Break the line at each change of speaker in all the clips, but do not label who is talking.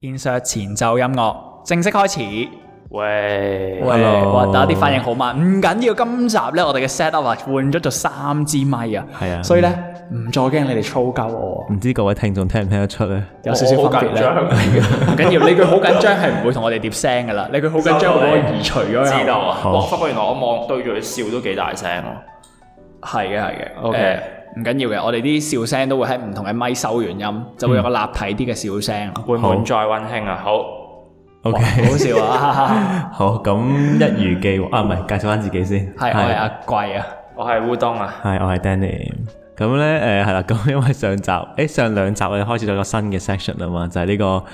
現實前奏音樂正式開始。
喂，
喂，
Hello
哇！大家啲反應好慢，唔緊要。今集咧，我哋嘅 set up 啊，換咗做三支咪啊，
係啊
所以咧唔再驚你哋操鳩我，
唔知各位聽眾聽唔聽得出咧？
有少少
我好
分別
緊張
咧。唔緊要，你句好緊張係唔會同我哋疊聲噶啦，你句好緊張我可以移除咗佢。
知道啊！
好
哇，不過原來我望對住佢笑都幾大聲喎。
係嘅，係嘅。
OK
誒唔緊要嘅，我哋啲笑聲都會喺唔同嘅咪收完音，就會有個
嗯
立體啲嘅笑聲。
會
好
滿載温馨啊！好，
O
哇
K，
好笑 啊！
好，咁一如既往啊，唔係介紹翻自己先，
係我係阿貴啊，
我係烏冬啊，
係我係 Danny。咁咧誒係啦，咁因為上集誒上兩集我哋開始咗個新嘅 section 啊嘛，就係呢個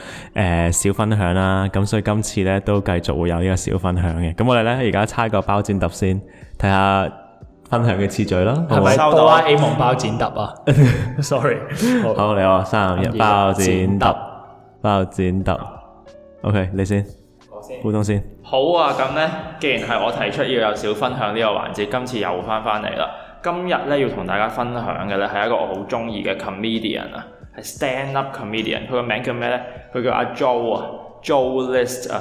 誒小分享啦。咁所以今次咧都繼續會有呢個小分享嘅。咁我哋咧而家猜個包剪揼先，睇下分享嘅次序啦。
哦
好
係
唔
咪
好？
收到
哆啦 A 夢包剪揼啊 ？Sorry，好
好，你我三二
二
一包剪
剪揼
揼，包剪揼。O K，你先，
我先。
烏冬先。
好啊，咁呢，既然係我提出要有小分享呢個環節，今次又翻返嚟啦。今日呢，要同大家分享嘅呢，係一個我好中意嘅 comedian 啊，係 stand up comedian。佢個名叫咩呢？佢叫阿 Joe 啊，Joe List 啊。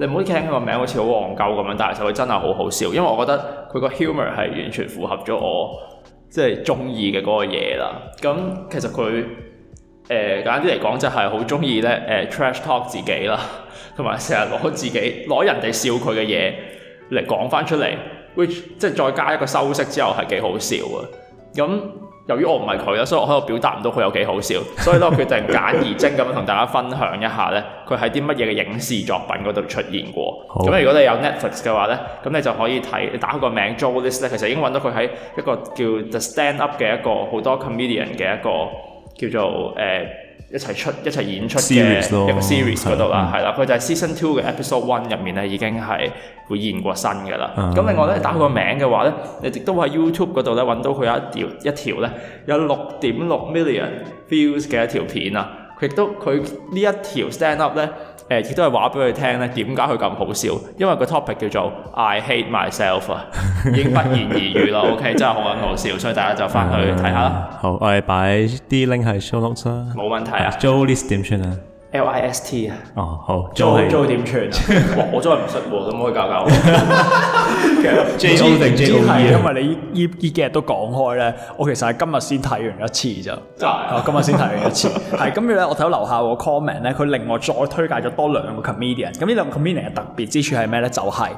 你唔好聽佢個名好似好戇鳩咁樣，但係其實佢真係好好笑，因為我覺得佢個 humor 係完全符合咗我即係中意嘅嗰個嘢啦。咁其實佢誒、呃、簡單啲嚟講，就係好中意咧誒 trash talk 自己啦，同埋成日攞自己攞人哋笑佢嘅嘢嚟講翻出嚟，which 即係再加一個修飾之後係幾好笑啊！咁由於我唔係佢啦，所以我喺度表達唔到佢有幾好笑，所以咧我決定簡而精咁樣同大家分享一下咧，佢喺啲乜嘢嘅影視作品嗰度出現過。
好
咁如果你有 Netflix 嘅話咧，咁你就可以睇你打開個名 Joe List 咧，其實已經揾到佢喺一個叫 The Stand Up 嘅一個好多 comedian 嘅一個叫做誒、呃一齊出一齊演出嘅
Series 咯
一個 series 嗰度啦
係，
係啦，佢就係 Season Two 嘅 Episode One 入面咧已經係會現過身㗎啦。
嗯
咁另外咧打佢個名嘅話咧，你亦都喺 YouTube 嗰度咧揾到佢有一條一條咧有六點六 million views 嘅一條片啊！佢亦都佢呢一條 stand up 咧，誒亦都係話俾佢聽咧點解佢咁好笑，因為個 topic 叫做 I hate myself 啊，已經不言而喻啦。OK，真係好撚好笑，所以大家就翻去睇下啦，
嗯。好，我哋擺啲 link 喺 show notes 啦。
冇問題啊。
Joe list 點算啊？
L I S T 啊，
哦，好
做
係
做點串啊？
哇我真係唔識喎，咁可以教教我？
J
O 定 J
係
O E 啊
因為你依依依幾日都講開咧，我其實係今日先睇完一次咋。
真係啊
我哦今日先睇完一次，係跟住咧，我睇到樓下個 comment 咧，佢另外再推介咗多兩個 comedian。咁呢兩個 comedian 嘅特別之處係咩咧？就係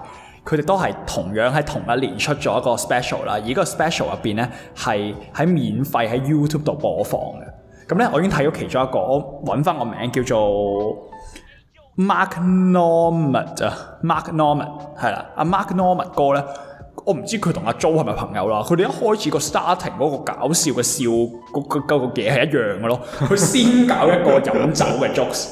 佢哋都係同樣喺同一年出咗一個 special 啦，而嗰個 special 入邊咧係喺免費喺 YouTube 度播放嘅。咁咧，我已經睇咗其中一個，我揾翻個名叫做 Mark Normand 啊，Mark Normand 係啦，阿 Mark Normand 哥咧，我唔知佢同阿 Jo 係咪朋友啦。佢哋一開始個 starting 嗰個搞笑嘅笑嗰嗰嗰個嘢係一樣嘅咯。佢先搞一個飲酒嘅 jokes，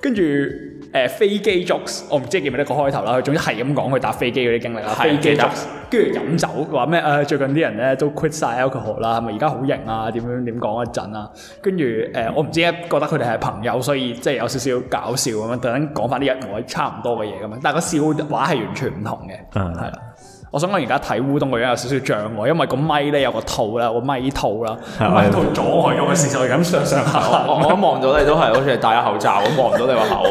跟住誒飛機 jokes，我唔知記唔記得個開頭啦。佢總之係咁講佢搭飛機嗰啲經歷啦，
係啊
飛機
記得
jokes。跟住飲酒話咩？誒、呃最近啲人咧都 quit 晒 alcohol 啦，係咪而家好型啊？點樣點講一陣啊？跟住誒，我唔知點解覺得佢哋係朋友，所以即係有少少搞笑咁樣，突然間講翻啲一模差唔多嘅嘢咁樣，但係個笑話係完全唔同嘅，
嗯
係啦、我想講而家睇烏冬個樣有少少障礙，因為個咪咧有個套啦，個咪套啦，
係
咪套阻礙咗個視線，咁上上下下。
我我一望到你都係好似係戴咗口罩，我望唔到你個口。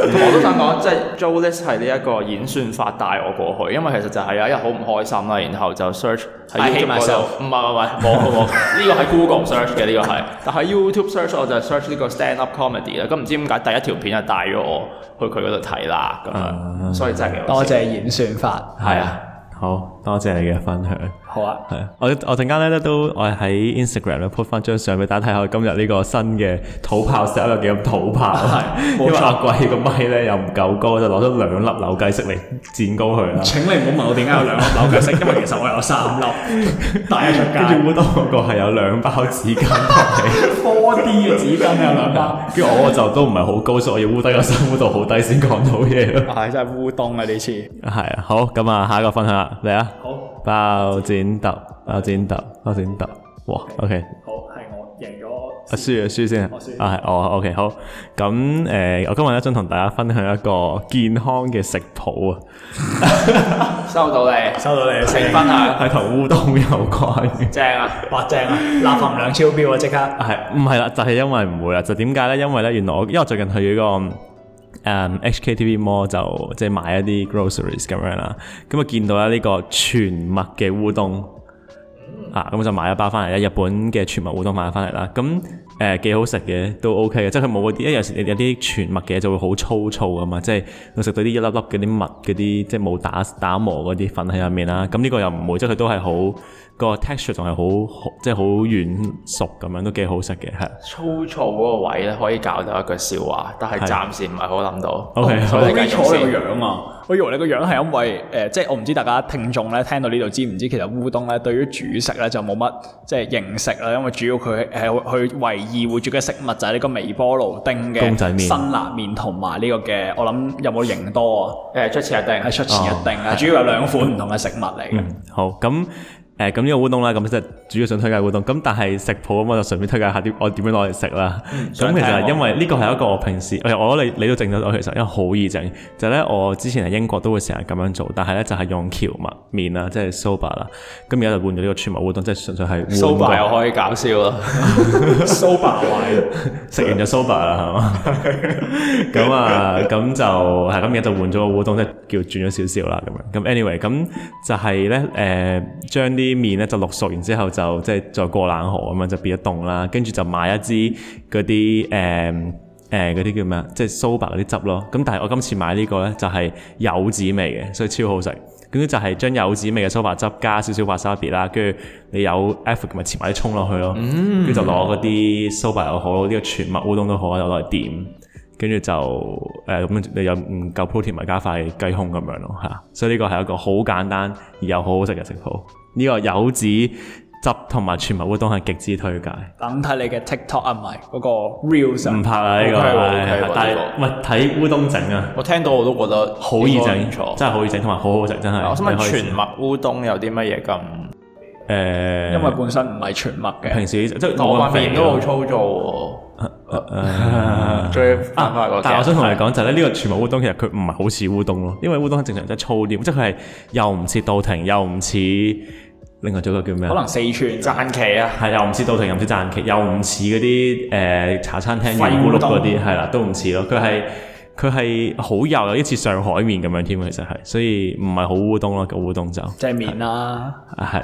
同埋我都想講，即係 Joe List 係呢一個演算法帶我過去，因為其實就係有一日好唔開心啦，然後就 search 喺
I hate
YouTube 嗰
myself
度，唔係唔係唔係，冇冇冇，呢個喺 Google search 嘅呢個係，但喺 YouTube search 我就 search 呢個 stand up comedy 啦，咁唔知點解第一條片就帶咗我去佢嗰度睇啦，咁樣，
嗯
所以真係幾好 笑
多謝演算法，
係啊，
好多謝你嘅分享。
好啊，
係啊，我我陣間咧都我喺 Instagram 咧 po 翻張相俾大家睇下，我今日呢個新嘅土炮 set 有幾咁土炮。啊
係
因
冇錯
為阿貴個咪咧又唔夠高，就攞咗兩粒扭計式嚟剪高佢 啦。
請你唔好問我點解有兩粒扭計式，因為其實我有三 粒，帶咗出
跟住烏冬嗰個係有兩包紙巾同你。
4D 嘅紙巾有兩包。
跟住我就都唔係好高，所以我要烏低個身，烏到好低先講到嘢咯。
唉，真係烏冬啊！呢次
係啊，好咁啊，下一個分享啦，嚟啊！
好
包剪揼，包剪揼，包剪揼。哇，OK，
好係我贏咗
啊，輸啊輸先啊
我輸！
啊，係我 OK 好。咁誒、呃我今日咧想同大家分享一個健康嘅食譜啊，
收到你，
收到你
請分
啊
享，
係同烏冬有關嘅。
正啊！
哇正啊，钠含量超標啊，即刻。
係唔係啦？就係、因為唔會啦。就點解咧？因為咧，原來我因為我最近去嗰、嗯個、誒 HKTV Mall 就即係買一啲 groceries 咁樣啦。咁啊見到咧呢個全麥嘅烏冬啊，咁我就買一包翻嚟咧，日本嘅全麥烏冬買咗翻嚟啦。咁誒幾好食嘅，都 OK 嘅，即係佢冇嗰啲，因為有時有啲全麥嘅就會好粗糙啊嘛，即係佢食到啲一粒粒嗰啲麥嗰啲，即係冇打打磨嗰啲粉喺入面啦。咁呢個又唔會，即係佢都係好個 texture 仲係好好即係好軟熟咁樣，都幾好食嘅，係。
粗糙嗰個位咧，可以搞到一句笑話，但係暫時唔係好諗到。
OK，好
我
所
好
以你繼續
r 你個
先。
樣啊！我以為你個樣係因為誒、呃即係我唔知大家聽眾咧聽到呢度知唔知，其實烏冬咧對於主食咧就冇乜即係形式啦，因為主要佢係去維意活住嘅食物就係呢個微波爐叮嘅
公仔麵
辛辣麵同埋呢個嘅，我諗有冇型多啊？
誒，出前一定
係出前一定啊！主要有兩款唔同嘅食物嚟嘅。
好咁誒，咁呢個烏冬啦，咁即係主要想推介烏冬。咁但係食譜咁，我就順便推介下啲我點樣攞嚟食啦。咁
嗯想
其實
聽
係
喎
因為呢個係一個我平時，誒我你你都整咗我其實因為好易整。就咧，我之前喺英國都會成日咁樣做，但係咧就係用蕎麥麵啦，即係 soba 啦。咁而家就換咗呢個全麥烏冬，即係純粹係
蘇
換過
白又可以搞笑啊咯。
蘇白壞
食完就 soba 啦，係嘛？咁啊，咁就係咁，而家就換咗個烏冬，即係叫轉咗少少啦，咁樣。咁 anyway，咁就係咧，誒、將啲麵咧就淥熟，然之後就即係再過冷河啊咁樣就變咗凍啦，跟住就買一支嗰啲誒。誒嗰啲叫咩啊？即係 soba 嗰啲汁咯。咁但係我今次買呢個咧就係柚子味嘅，所以超好食。咁就係將柚子味嘅 soba 汁加少少 wasabi 啦，跟住你有 effort 咪切埋啲葱落去咯。跟住就攞嗰啲 soba 又好，呢個全麥烏冬都好，就攞嚟點。跟住就誒咁、你有唔夠 protein 咪加塊雞胸咁樣咯嚇。所以呢個係一個好簡單而又好好食嘅食譜。呢、個柚子汁同埋全麥烏冬係極之推介。
等睇你嘅 TikTok 啊，唔係嗰個 Reels
唔
啊。
拍啦呢個
OK 喎 OK
係
喎
但係
呢
唔係睇烏冬整啊，
我聽到我都覺得
好易
應該
整，
唔錯。啊
真係好易整，同埋好好食，真係。
我想問
你可以試
全麥烏冬有啲乜嘢咁？
誒，
因為本身唔係全麥嘅，
呃平時即係
我
冇咁
塊
肥
面都好
咯
粗糙喎。 最 翻返個鏡頭，
但係我想同你講就係咧，呢個全麥烏冬其實佢唔係好似烏冬咯，因為烏冬正常即係粗啲，即係佢係又唔似稻庭，又唔似另外仲有一個叫咩啊？
可能四川
讚奇啊！
係又唔似稻庭，又唔似讚旗，又唔似嗰啲誒茶餐廳
廢
圓咕碌
烏
嗰啲，係啦，都唔似咯。佢係佢係好油，有啲似上海面咁樣添，其實係，所以唔係好烏冬咯，個烏冬就係
即係麵啦，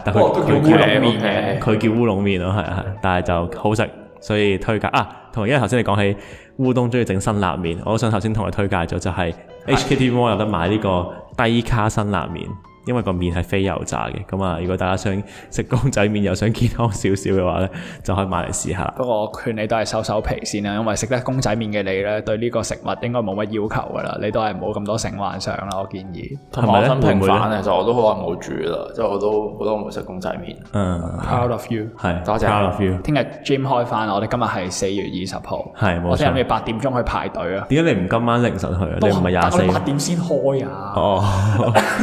但
不過哦
佢
都叫
佢
烏
佢
龍麵嘅。
OK，OK
佢叫烏龍麵咯，係啊係，但係就好食，所以推介啊。同埋因為頭先你講起烏冬中意整辛辣麵，我都想頭先同你推介咗就係 HKTV Mall 有得買呢個低卡辛辣麵，因為個麵係非油炸嘅。咁啊，如果大家想食公仔麵又想健康少少嘅話咧，就可以買嚟試下。
不過我勸你都係收收皮先啊啦，因為食得公仔麵嘅你咧，對呢個食物應該冇乜要求噶啦，你都係唔好咁多性幻想啦，我建議。
同埋我
係
想
咪咧會唔
平
會
反
咧
啊，其實我都好耐冇煮啦，即係我都好多冇食公仔麵。
嗯，
Proud of you。
係。
啊多謝
Proud of you。
聽日 gym 開翻，我哋今日係四月二十號，
係冇錯
我聽日你八點鐘去排隊啊。
點解你唔今晚凌晨去啊？你唔係廿
八
四？
點先開啊？
哦。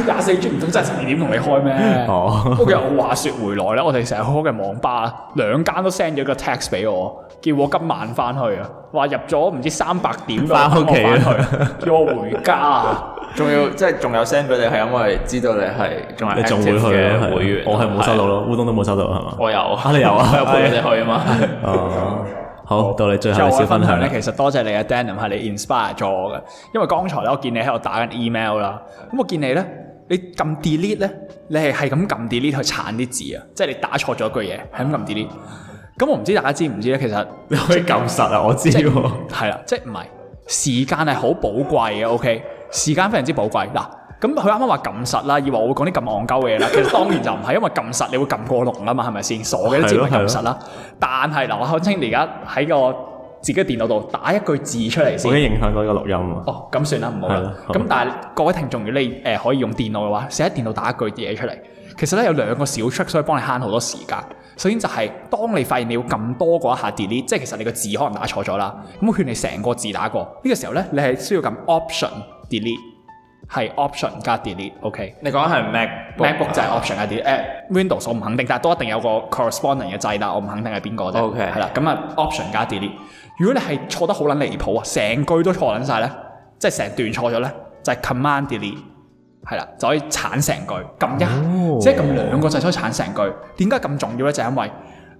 廿四 G 唔通真係十二點同你開咩？
哦
不過我話説回來咧，我哋成日開嘅網吧兩間都 send 咗個 text 俾我，叫我今晚翻去啊，話入咗唔知三百點
返屋企啊
啊，叫我回家啊。
仲要即係仲有 send 俾你，係因為知道你係仲
你
係
仲
active
會去啊
嘅會員。
我係冇收到，咯，烏冬都冇收到係嘛？
我有
啊，你有 啊？
我有陪你哋去啊嘛。
哦，好，到你最後
最
嘅
後
小
嘅分
分享
享
啦
咧，。其實多謝你啊，Denim 係你 inspire 咗我嘅，因為剛才咧我見你喺度打緊 email 啦，咁我見你咧，你撳 delete 咧，你係係咁撳 delete 去鏟啲字啊，即係你打錯咗句嘢，係咁撳 delete。咁我唔知大家知唔知咧，其實
你可以撳實啊！我知
即係
喎，
係啦，即係唔係時間係好寶貴嘅，OK，時間非常之寶貴嗱。咁佢啱啱話撳實啦，以為我會講啲咁戇鳩嘅嘢啦。其實當然就唔係，因為撳實你會撳過龍啊嘛，係咪先？傻嘅都知道係撳實啦。但係嗱，我懇請你而家喺個自己嘅電腦度打一句字出嚟
我
先
已。經影響到呢個錄音啊！
哦，咁算啦，唔好
係啦
啦。
好
咁但係各位聽眾，如果你誒、呃可以用電腦嘅話，寫喺電腦打一句嘢出嚟，其實咧有兩個小 trick 可以幫你慳好多時間。首先就係、當你發現你要撳多過一下 delete，即係其實你個字可能打錯咗啦，咁我勸你成個字打過。呢、個時候咧，你係需要撳 option delete。係 option 加 delete，OK。
你講係 MacBook
MacBook 就係 option 加 delete，誒 Windows 我唔肯定，但係都一定有個 corresponding 嘅掣，但我唔肯定係邊個啫。
OK
係啦，咁啊 option 加 delete。如果你係錯得好撚離譜啊，成句都錯撚晒咧，即係成段錯咗咧，就係 command delete。係啦，就可以鏟成句，撳一下，
哦
即係撳兩個掣可以鏟成句。點解咁重要咧？就係因為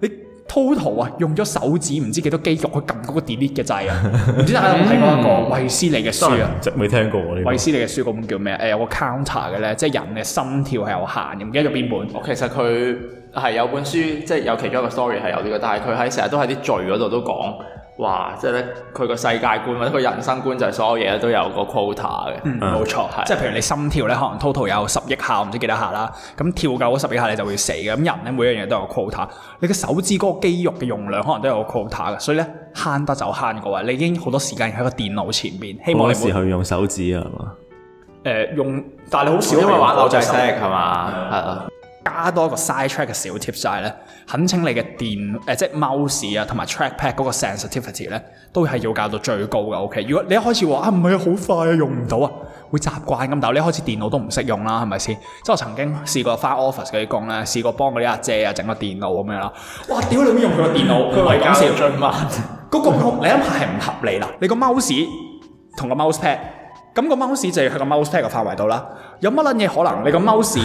你 total 啊，用咗手指唔知幾多肌肉去撳嗰個 delete 嘅掣啊！唔知大家有冇睇過一 個衛斯理嘅書啊？
即未聽過喎呢個
衛斯理嘅書嗰本叫咩？誒、有個 counter 嘅咧，即係人嘅心跳係有限嘅，唔記得咗邊本。
其實佢係有本書，即係有其中一個 story 係有呢個，但係佢喺成日都喺啲罪嗰度都講話，即係咧佢個世界觀或者佢人生觀就係所有嘢都有個 quota 嘅。
嗯，
嗯
冇錯，即係譬如你心跳咧，可能 total 有十億下，唔知幾多下啦。咁跳夠嗰十億下，你就會死嘅。咁人咧，每樣嘢都有 quota。你嘅手指嗰個肌肉嘅容量可能都有個 quota 嘅，所以咧慳得就慳嘅話，你已經好多時間喺個電腦前邊。希望
我
你
嗰
冇
時
誒、
去用手指啊，係嘛？
用，但係你好少
因為玩
我
偶仔 s 係嘛，
嗯
係啊，
加多個 side track 嘅小 tips 就係咧，懇請你嘅電誒、呃即係 mouse 啊同埋 trackpad 嗰個 sensitivity 咧，都係要教到最高嘅。OK，如果你一開始話啊唔係啊好快啊用唔到啊，會習慣咁，但係你一開始電腦都唔識用啦，係咪先？即係我曾經試過翻 office 嗰啲工咧，試過幫嗰啲阿姐啊整個電腦咁樣啦，哇！屌你會用佢個電腦，佢係搞笑。
最慢。
嗰個 mouse 你諗下係唔合理啦，你個 mouse 同個 mouse pad，咁個 mouse 就係喺個 mouse pad 嘅範圍度啦。有乜撚嘢可能你個 mouse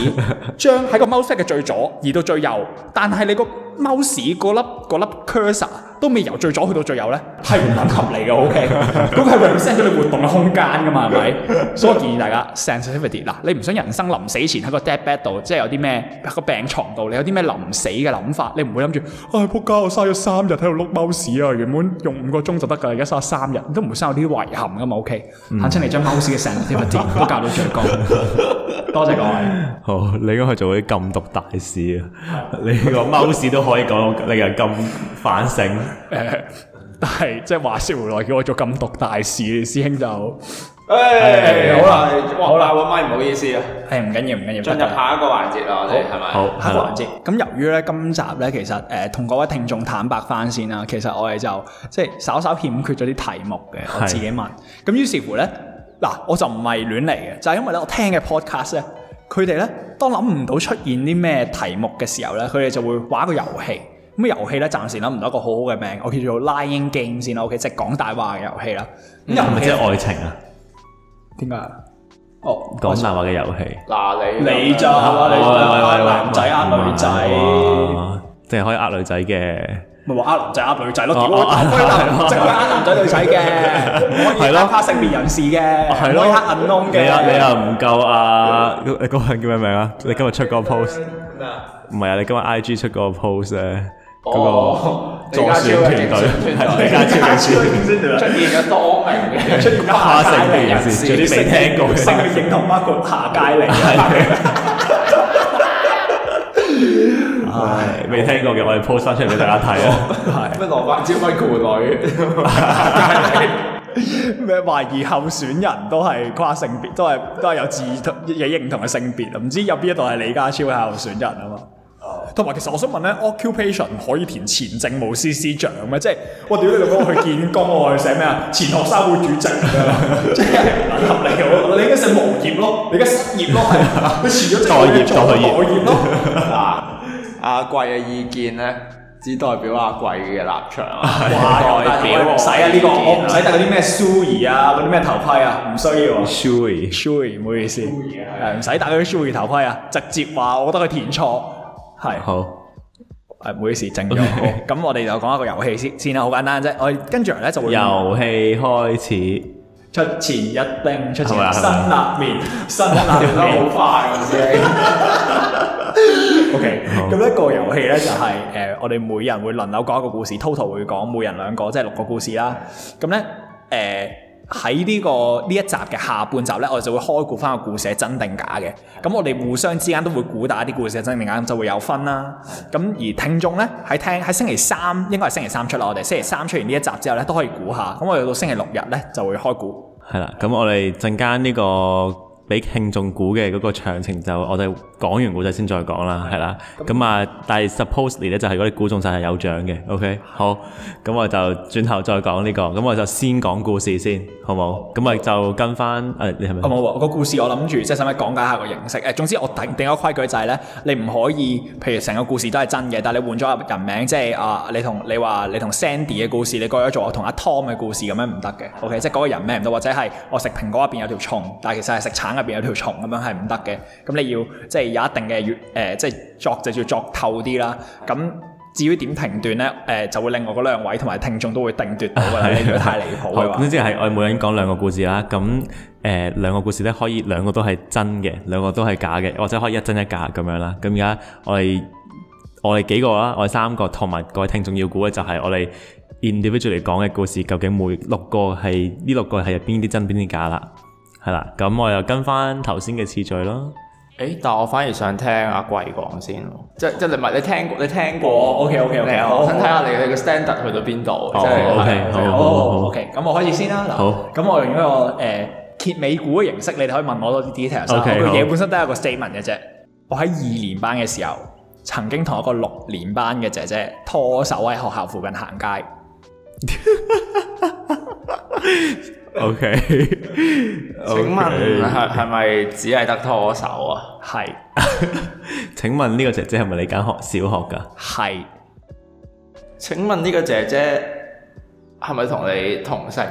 將喺個 mouse pad 嘅最左移到最右，但係你個 mouse 嗰粒嗰粒 cursor 都未由最左去到最右咧，係唔撚合理嘅。OK，嗰個係 represent 咗你活動嘅空間㗎嘛，係咪？所以我建議大家 sensitivity 嗱，你唔想人生臨死前喺個 dead bed 度，即係有啲咩喺個病床度，你有啲咩臨死嘅諗法，你唔會諗住，唉仆街，我嘥咗三日喺度碌 mouse 啊，原本用五個鐘就得㗎，而家嘥咗三日，都唔會嘥有啲遺憾㗎嘛，OK？懇請你將 mouse 嘅 sensitivity 都教到最高，多謝各位。
好，你應該去做啲禁毒大使啊！你個 mouse 都可以講到令人咁反省。
誒，但係即係話説回來，叫我做禁毒大使，師兄就
誒，哎好啦，好啦，我咪唔好意思啊，
誒哎唔緊要，唔緊要，
進入下一個環節啦，我哋係咪？
好，
下一
係
個
啦
環。節。咁由於咧今集咧其實誒、呃同各位聽眾坦白翻先啦，其實我哋就即係稍稍欠缺咗啲題目嘅，我
係
自己問。咁於是乎咧，嗱我就唔係亂嚟嘅，就係、因為咧我聽嘅 podcast 咧，佢哋咧當諗唔到出現啲咩題目嘅時候咧，佢哋就會玩一個遊戲。咁遊戲咧暫時諗唔到一個好好嘅名，我叫做 Lying Game 先啦。OK，即係講大話嘅遊戲啦。咁
係咪
遊
即
戲
係愛情啊？
點解？哦，
講大話嘅遊戲。
嗱，你啊
你咋
喂
你
喂喂喂
男仔呃女仔
哇即係可以呃女仔嘅。
咪話呃男仔呃女仔咯，
哦
屌我
哦
大推男，
哦
淨係呃男仔女仔嘅，我可以
係咯
呃跨性別人士嘅，
係
我可以
咯
呃銀窿
你啊，
嘅，
你又唔夠啊！嗰嗰個人叫咩名啊？你今日出個 post，唔 à, 係啊？你今日 IG 出個 post 咧，
哦
嗰個助
啊
選團隊係李家超嘅選
出現咗多名嘅，
出現咗
跨性
下界
別
人
人
士，
士，仲啲未聽過
性
嘅。
別認同包括下界嚟
係未聽過嘅，我哋 post 翻出嚟俾大家睇啊！
嘅，
咩羅伯椒咪顧女，
係 咩懷疑候選人都係跨性別，都係都係有自嘢認同嘅性別啊，唔知有邊一度係李家超嘅候選人啊嘛？同埋其實我想問咧，occupation 可以填前政務司司長咩？即係我屌你老母，我去見工，我去寫咩啊？前學生會主席咁樣， 即係唔合理嘅。我你應該寫無業咯，你而家失業咯，係 啊佢辭咗職
待業
做
待業
待業咯。
嗱，啊阿貴嘅意見咧，只代表阿貴嘅立場 啊，
哎哇！
代表
我唔使啊呢個，我唔使戴嗰啲咩 Sui 啊，嗰啲咩頭盔啊，唔需要啊。
Shui，
Sui 唔好意思，係唔使戴嗰啲 Sui 頭盔啊，直接話我覺得佢填錯，係。
好。
誒唔好意思，整 咗。好咁我哋就講一個遊戲先先啦，好簡單啫。我哋跟住嚟咧就會
遊戲開始，
出前一丁，出
係咪
前
啊
新辣面，新辣
跳得
面。
好快啊，師兄
OK，
好
咁呢個遊戲咧就係、誒、我哋每人會輪流講一個故事，total 會講每人兩個，即係六個故事啦。咁咧誒喺呢個呢一集嘅下半集咧，我哋就會開估翻個故事係真定假嘅。咁我哋互相之間都會估打啲故事係真定假，咁就會有分啦。咁而聽眾咧喺聽喺星期三應該係星期三出啦，我哋星期三出完呢一集之後咧都可以估下。咁我哋到星期六日咧就會開估。
係啦。咁我哋陣間呢個俾聽眾估嘅嗰個詳情就我哋講完故仔先再講啦，係啦。咁啊，但係 supposedly 咧就係嗰啲估中晒係有獎嘅。OK，好。咁我就轉頭再講呢、個。咁我就先講故事先，好冇？咁我就跟翻誒、你係咪
我？哦冇喎，個故事我諗住即係使唔使講解下個形式？誒，總之我定定咗規矩就係咧，你唔可以，譬如成個故事都係真嘅，但係你換咗人名，即係啊，你同你話你同 Sandy 嘅故事，你改咗做我同阿 Tom 嘅故事咁樣唔得嘅。OK，即係嗰個人名唔得，或者係我食蘋果入邊有條蟲，但係其實係食橙入邊有條蟲咁樣係唔得嘅。咁你要即係有一定嘅越誒、即係作就叫作透啲啦。咁至於點評斷咧，誒、就會另外嗰兩位同埋聽眾都會定奪到㗎 啦。你如果太離譜嘅
好，啊
話
總。之係我哋每人講兩個故事啦。咁誒、呃、兩個故事咧，可以兩個都係真嘅，兩個都係假嘅，或者可以一真一假咁樣啦。咁而家我哋我哋幾個啦，我哋三個同埋各位聽眾要估嘅就係我哋 individual 嚟講嘅故事，究竟每六個係呢六個係邊啲真邊啲假啦。係啦，咁我又跟翻頭先嘅次序咯。
誒，但我反而想聽阿貴講先喎，即即你唔係你聽過你聽過
哦，OK，OK，OK，
你啊哦
好
我想睇下你你個 standard 去到邊度，即係
OK，好好好
好，OK，咁我開始先啦。嗱
好，
咁我用一個誒揭美股嘅形式，你哋可以問我多啲 details 啦。
OK，
我
好
嘅嘢本身都係一個 statement 嘅啫。我喺二年班嘅時候，曾經同一個六年班嘅姐姐拖手喺學校附近行街。
OK，
請問係係咪只係得拖手啊？
係
請問呢個姐姐係咪你間學小學㗎？
係
請問呢個姐姐係咪同你同姓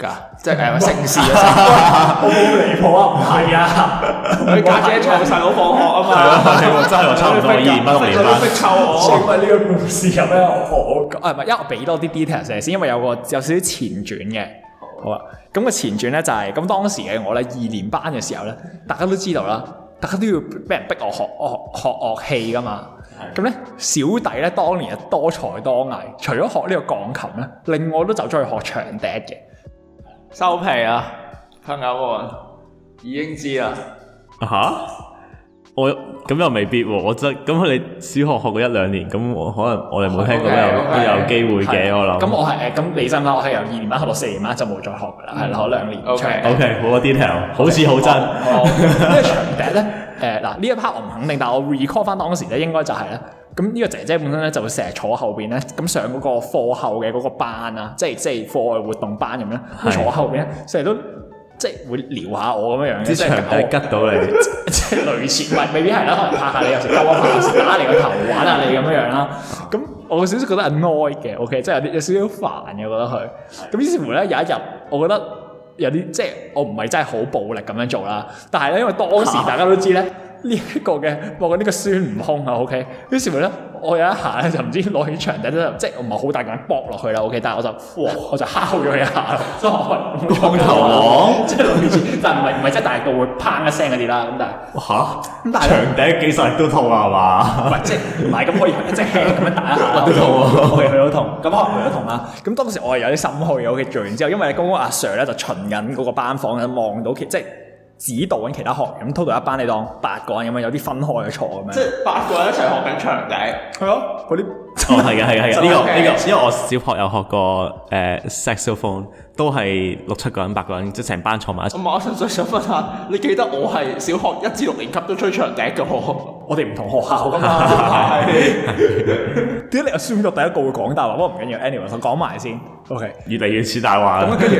㗎？即係 誒姓氏啊？
我冇離譜啊，唔係啊，
佢家姐錯晒我放學啊
係
嘛
啊， 係喎，真係我差唔多二年班六年班。
臭我。
問呢個故事有咩我講？啊，唔係，因為我俾多啲 details 你先，因為有個有少少前傳嘅。好啊，咁個前傳咧就係、咁當時嘅我咧二年班嘅時候咧，大家都知道啦，大家都要俾人逼我學我學學樂器噶嘛。咁咧，小弟咧當年係多才多藝，除咗學呢個鋼琴咧，另外都走咗去學長笛嘅。
收皮啊！朋友們已經知啦，
啊吓？我咁又未必喎，我真咁你小學學過一兩年，咁我可能我哋冇聽過都有
OK，OK
都有機會
係啊
嘅，我諗。
咁我係誒，咁你真啦，我係由二年班學到四年班就冇再學噶啦，係
嗯
啦，學兩年
OK
長笛
OK 好多 detail，好似好真。
啊哦
因為長笛咧，誒、嗱呢一 part 我唔肯定，但係我 recall 翻當時咧，應該就係、咧，咁呢個姐姐本身咧就會成日坐後邊咧，咁上嗰個課後嘅嗰個班啊，即係即係課外活動班咁樣，
係
咁坐後邊咧成日都即係會撩下我咁樣樣嘅，
啲
即係
長
搞
笛
我
吉到你，
即係類似，唔係未必係啦，可能拍下你，有時兜一拍，有時打你個頭，玩下你咁樣樣啦。咁我有少少覺得 annoy 嘅，OK，即係有啲有少少煩嘅，覺得佢。咁於是乎咧，有一日我覺得有啲即係我唔係真係好暴力咁樣做啦，但係咧因為當時大家都知咧。呢 一個嘅播緊呢個孫悟空啊，OK，於是乎咧，我有一下咧就唔知攞起長笛咧，即係我唔係好大力搏落去啦，OK，但係我就哇，我就敲咗佢一下啦，即係我唔光
頭王
即係類似，但係唔係唔係真係大力到會砰一聲嗰啲啦，咁但係。
啊吓？
咁但係
長笛幾十力都痛啊 嘛？
唔係即係唔係咁可以即係 咁樣打一下啦，
都啊痛喎
我係佢都痛，咁可能佢都痛啦。咁當時我係有啲心虛嘅，OK，做完之後，因為剛剛阿 Sir 咧就巡緊嗰個班房，望到其即係指導緊其他學員，咁 total 一班你當八個人咁樣，有啲分開嘅坐咁樣。
係八個人一齊學緊長笛。
係啊，嗰啲
哦，係嘅，係嘅，係嘅，呢個
OK
呢個，因為我小學有學過誒 saxophone，都係六七個人、八個人，即係成班坐埋一齊
唔。係，我純粹想問下，你記得我係小學一至六年級都吹長笛嘅喎？
我哋唔同學校噶
啊
嘛。點解你 assume 咗第一個會講大話？不過唔緊要，anyway，我講埋先。OK。
越嚟越似大
咁
話
啊
啦。
跟住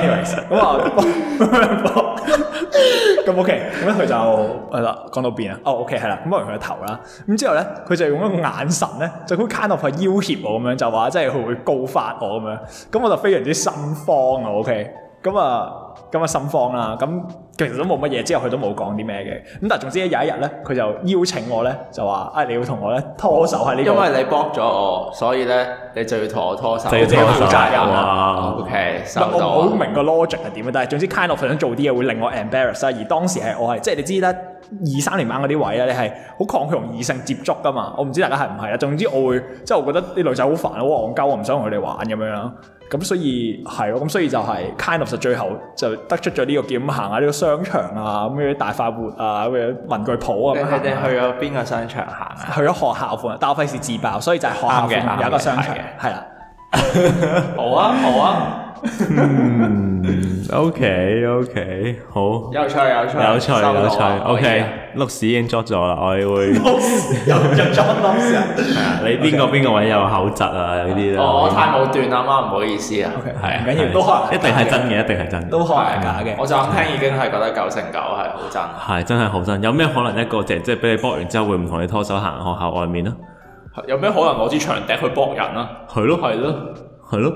，anyways，咁 啊， 咁 OK，咁咧佢就係啦，講到邊啊？哦，OK 係啦，咁我佢個頭啦，咁之後咧，佢就用一個眼神咧，就好 kind of 係要挾我咁樣，就話即係佢會告發我咁樣，咁我就非常之心慌啊，OK，咁啊，咁啊心慌啦，咁其實都冇乜嘢，之後佢都冇講啲咩嘅，咁但係總之有一日咧，佢就邀請我咧，就話啊你要同我咧拖手喺呢個
因為你幫咗我，所以咧你就要同我拖手，
就要
拖手
負責任
哇
啦。OK，
唔係
收
我
到。啊
唔好明個 logic 係點嘅，啊但係總之 kind of 想做啲嘢會令我 embarrass 啦。而當時係我係即係你知啦，二三年班嗰啲位咧，啊你係好抗拒同異性接觸噶嘛。我唔知大家係唔係啦。總之我會即係我覺得啲女仔好煩，好戇鳩，我唔想同佢哋玩咁樣啦。咁所以係咯，咁所以就係 kind of 就最後就得出咗呢個叫咁行下呢個商場啊，咁樣啲大快活啊，咁樣文具鋪啊咁樣
你你
行
哋
下。
去咗邊個商場行啊？
去咗學校款，但我費事自爆，所以就係學校
啱嘅
款有一個
啱嘅
商場
係嘅，
係啦。
好啊，好啊。
嗯，OK OK，好，
有趣有趣
有趣
收到
有趣
啊可以
，OK，
啊
碌屎已經捉咗啦，我哋會。
又入咗 l o s 啊！
你邊個邊個位有口窒啊？有啲啦，
哦，我太武斷啦，媽唔好意思啊。
OK，
係
唔緊要，
係
都可能
一定係真嘅，一定係真嘅，
都可能係假
我
嘅。
就咁聽已經係覺得九成九係好真。啊
係真係好真。有咩可能一個姐姐俾你搏完之後會唔同你拖手行學校外面啊？
有咩可能攞支長笛去搏人啊？
係咯，
係咯，
係咯，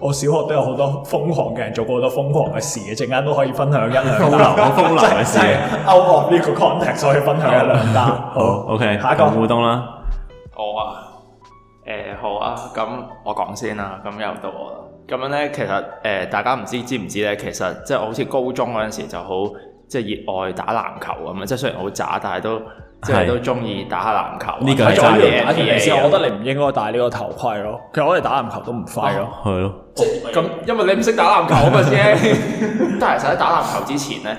我小學都有好多瘋狂嘅人做過好多瘋狂嘅事嘅，陣間都可以分享一兩單。
風流我風流嘅
即
事
係 out of 呢個 context 所以分享一兩單。
好 OK，
下一個
講烏冬啦，
我啊，誒、好啊，咁我講先啦，咁又到我啦。咁樣咧，其實誒、大家唔知知唔知咧？其實即係我好似高中嗰陣時就好，即係熱愛打籃球咁啊樣。即係雖然好渣，但係都即係
係
都中意打下籃球。啊
呢個係
睇咗
渣
打
嘅
完
啲
打住嚟
NBA
先，
啊
我覺得你唔應該戴呢個頭盔咯。其實我哋打籃球都唔快咯。
係咯，
哦咁因為你唔識打籃球啊嘛先。 但係其實喺打籃球之前咧，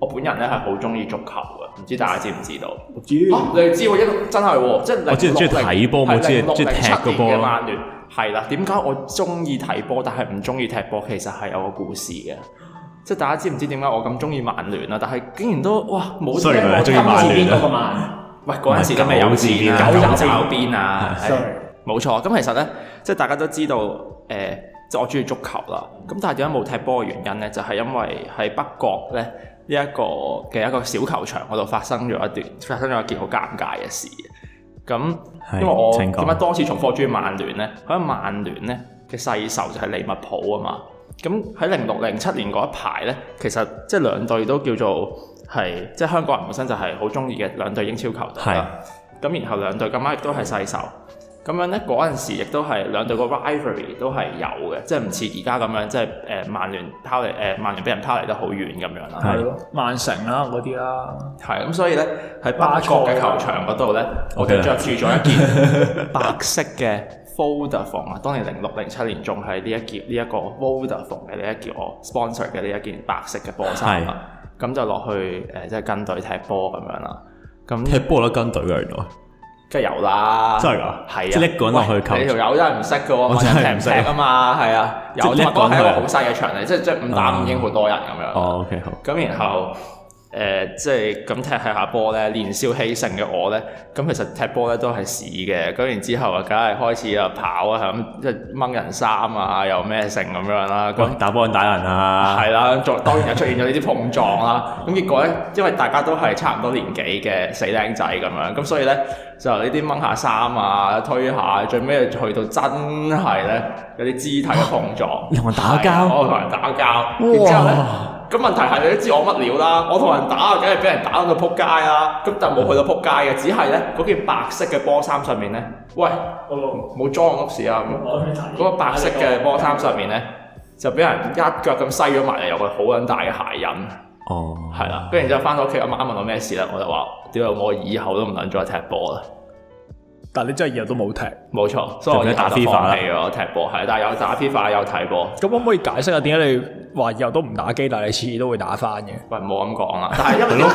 我本人咧係好中意足球嘅，唔知大家知唔知道？
我知
啊，你知喎，一個真係喎，即係
我知
零
中意
六零
睇波冇知
係零六
中意
零
踢
七
個波
年嘅
咯
曼聯係啦。點解我中意睇波，但係唔中意踢波？其實係有個故事嘅。即係大家知唔知點解我咁中意曼聯啊？但係竟然都哇冇
雖然
聽
佢係
過
中意曼聯
邊
啊
個個曼？
喂，嗰陣時都未有錢啊，
九
九
字邊
爪邊啊，係
Sorry
冇錯。咁其實咧，即係大家都知道，誒、即係我中意足球啦。咁但係點解冇踢波嘅原因咧，就係、因為喺北角咧呢一個嘅一個小球場嗰度發生咗一段，發生咗一件好尷尬嘅事。咁
係
因為我
請
點
講
解多次重複中意曼聯咧？因為曼聯咧嘅世仇就係利物浦啊嘛。咁喺零六零七年嗰一排咧，其實即係兩隊都叫做係即係香港人本身就係好中意嘅兩隊英超球隊啦。咁然後兩隊咁啱亦都係世仇。咁樣咧嗰陣時亦都係兩隊個 rivalry 都係有嘅，即係唔似而家咁樣，即係誒、曼聯拋嚟誒、曼聯俾人拋嚟得好遠咁樣啦。
係咯，曼城啦嗰啲啦，
係咁，所以咧喺巴角嘅球場嗰度咧，我就
OK 啦
着住咗一 件白色嘅 Vodafone 啊，當年零六零七年仲係呢一件呢一個 Vodafone 嘅呢一件我 sponsor 嘅呢一件白色嘅波衫啊，咁就落去誒、即係跟隊踢波咁樣啦。咁
踢波都跟隊嘅原來，
梗係有啦，
真係㗎
係啊，
即係一個人落去球
喂你條友真係唔識嘅喎，
我
我真
真係
係
唔
唔
識
識啊嘛，係啊，有
即
同
係
埋
一個人
嗰個係一
去啊
個好細嘅場嚟，即係即係五打五已經好多人咁樣。
哦 OK 好，
咁然後誒、即係咁踢下下波咧，年少氣盛嘅我咧，咁其實踢波咧都係屎嘅。咁然之後啊，梗係開始啊跑啊，咁即係掹人衫啊，又咩成咁樣啦。咁
喂打波人打人啊，
係啦，作當然就出現咗呢啲碰撞啦。咁結果咧，因為大家都係差唔多年紀嘅死僆仔咁樣，咁所以咧就呢啲掹下衫啊、推下，最尾去到真係咧有啲肢體嘅碰撞，
同人打交
係我同人打交，然之後咧。咁問題係你都知我乜料啦，我同人打啊，梗係俾人打到撲街啦。咁但係冇去到撲街嘅，只係咧嗰件白色嘅波衫上面咧，喂，冇裝屋事啊咁。嗰個白色嘅波衫上面咧，就俾人一腳咁篩咗埋嚟，有個好撚大嘅鞋印，
哦，
係啦。跟住之後翻到屋企，阿媽問我咩事咧，我就話：屌，我以後都唔撚再踢波啦。
但你真係以後都冇踢。
冇錯，所以我而家
就唔使
就
打 FIFA 啦
放棄咗踢波，係，但係有打 FIFA 有睇波。
咁可唔可以解釋下點解你話以後都唔打機，但係你次次都會打翻嘅？
喂，冇咁講啊啦，但係因為
係咯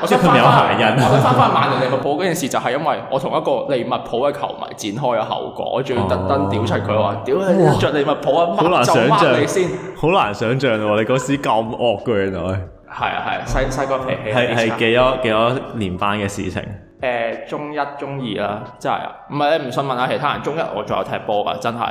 我想
因為佢
翻
有
翻，
鞋印
我想翻翻曼聯利物浦嗰件事，就係因為我同一個利物浦嘅球迷展開咗後果，我仲要特登屌出佢話：屌你着利物浦啊，
哦好難
乜就
想
乜你
像
先。
好難想像喎，你嗰時咁惡嘅原來，
係啊係啊，細細個脾氣有
係
啲差
係幾多幾多年班嘅事情，
誒、中一、中二啦，真係啊！唔係你唔信問下其他人，中一我仲有踢波噶，真係。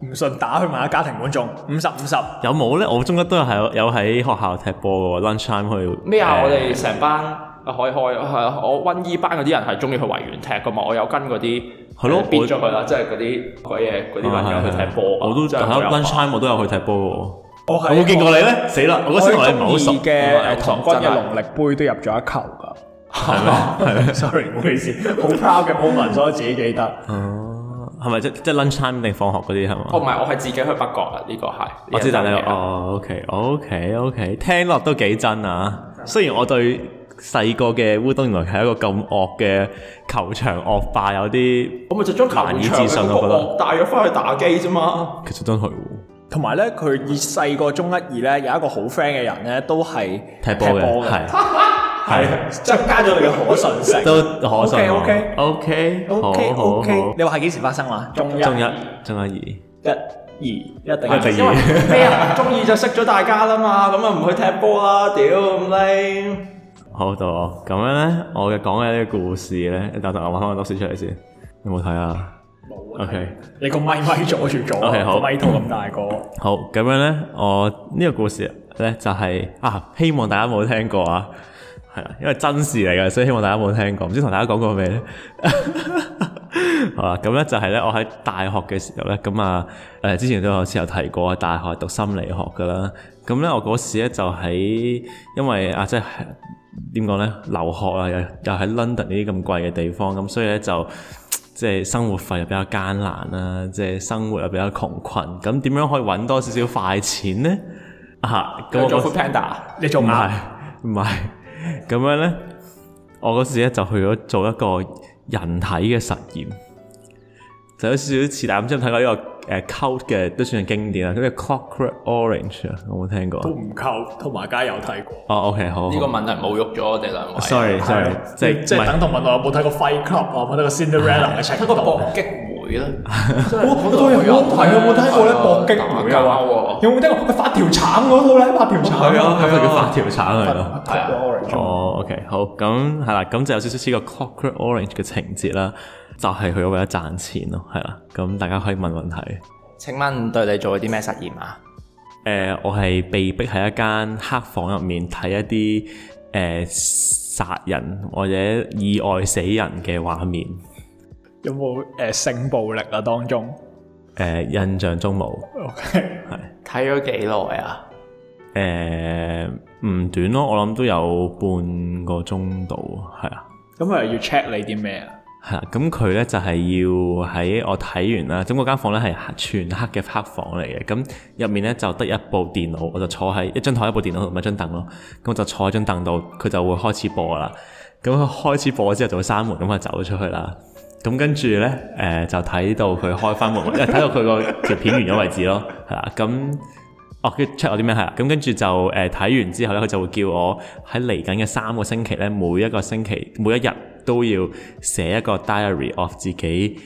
唔信打去問下家庭觀眾，五十五十。
有冇咧？我中一都有喺有喺學校踢波嘅喎，lunch time 去
咩啊？
誒
我哋成班啊可以開，係我温醫班嗰啲人係中意去維園踢噶嘛，我有跟嗰啲
係咯
誒變
我
咗佢啦，即係嗰啲鬼嘢嗰啲朋友去踢波㗎。
我都
真係
係
好有
lunch
趣
time 我都有去踢波嘅喎。
我
有冇見過你咧？死啦！我嗰時同你唔係好熟
我中意嘅誒唐軍嘅
真係
龍力杯都入咗一球㗎。 係咩？Sorry，唔好意思，好 proud 嘅 moment，所以自己記得。
哦，係咪即即 lunch time 定放學嗰啲係
哦，
嘛？
唔係，我係自己去北角啊！呢個係啊
我知，但你
呢個真嘅
哦，OK OK OK，聽落都幾真啊！雖然我對細個嘅烏冬原來係一個咁惡嘅球場惡霸有啲，
我咪就將球
難以
場
置信啊
嗰
我覺
個
得
惡帶咗翻去打機啫嘛。
其實真係喎，
同埋咧，佢以細個中一二咧，有一個好 friend 嘅人咧，都係
踢波嘅 係係
增加咗你嘅可信性。
都可信啊
OK，OK
OK OK
OK
好好
OK，
好，
你話係幾時發生話？中一、
中一中一
一、二意，一定
一定
因為咩啊？中 意就識咗大家啦嘛，咁啊唔去踢波啦，屌咁靚。
好到我咁樣咧，我嘅講嘅呢個故事咧，等等我揾翻個多士出嚟先，有冇睇啊
冇啊
？OK。
你個咪咪阻住咗
OK，
個
好
咪套咁大個，
好，咁樣呢，我呢個故事呢，就係、啊，希望大家冇聽過啊，係啦，因為真事嚟嘅，所以希望大家冇聽過，唔知同大家講過未 呢？好啦，咁呢就係呢，我喺大學嘅時候呢，咁啊，誒之前都有次有提過，大學讀心理學噶啦，咁呢，我嗰時呢，就喺，因為啊即係。點講呢？留學啊，又又喺 London 呢啲咁貴嘅地方，咁所以呢，就即係生活費又比較艱難啦，即係生活又比較窮困。咁點樣可以揾多少少快錢呢？啊，咁我
做
嗰
Food Panda，
你做啊
唔
唔係？
係唔係咁樣呢，我嗰時咧就去咗做一個人體嘅實驗，就有少少似大家唔知有冇睇過呢個誒 cult 嘅都算係經典啦，嗰個 Clockwork Orange 啊，有冇聽過
都？唔夠，同埋街有睇過。
哦，OK，好
呢個
好
問題侮辱咗我哋兩位。
，sorry，sorry，即係
即
唔係
係等同問我有冇睇過 Fight Club 啊，有冇睇過 Cinderella 嘅
睇
程
個
度？
搏擊會啦，
好多人有睇，有冇睇過咧？搏擊會
打
啊
交喎，
有冇睇過發條橙嗰套咧？發條橙
係啊
係咪叫發條橙嚟咯？
係啊，Orange。
哦，OK，好，咁係啦，咁就有少少似個 Clockwork Orange 嘅情節啦，就係佢為咗賺錢咯，係啦，咁大家可以問問題。
請問對你做咗啲咩實驗啊？
誒、呃我係被逼喺一間黑房入面睇一啲誒、呃殺人或者意外死人嘅畫面。
有冇誒性暴力啊？當中
誒、呃印象中冇。
，OK，
睇咗幾耐啊？
誒、呃唔短咯，我諗都有半個鐘度，係啊。
咁佢又要 check 你啲 咩啊？
係啦，咁佢咧就係要喺我睇完啦，咁嗰間房咧係黑全黑嘅黑房嚟嘅，咁入面咧就得一部電腦，我就坐喺一張台、一部電腦同埋一張凳咯，咁我就坐喺張凳度，佢就會開始播啦。咁佢開始播之後就會閂門，咁就走出去啦。咁跟住咧，誒、就睇到佢開翻門，睇到佢個條片完咗為止咯，係啦，咁。哦，跟住 check 我啲咩係啦，咁跟住就誒睇、完之後咧，佢就會叫我喺嚟緊嘅三個星期咧，每一個星期每一日都要寫一個 diary of 自己，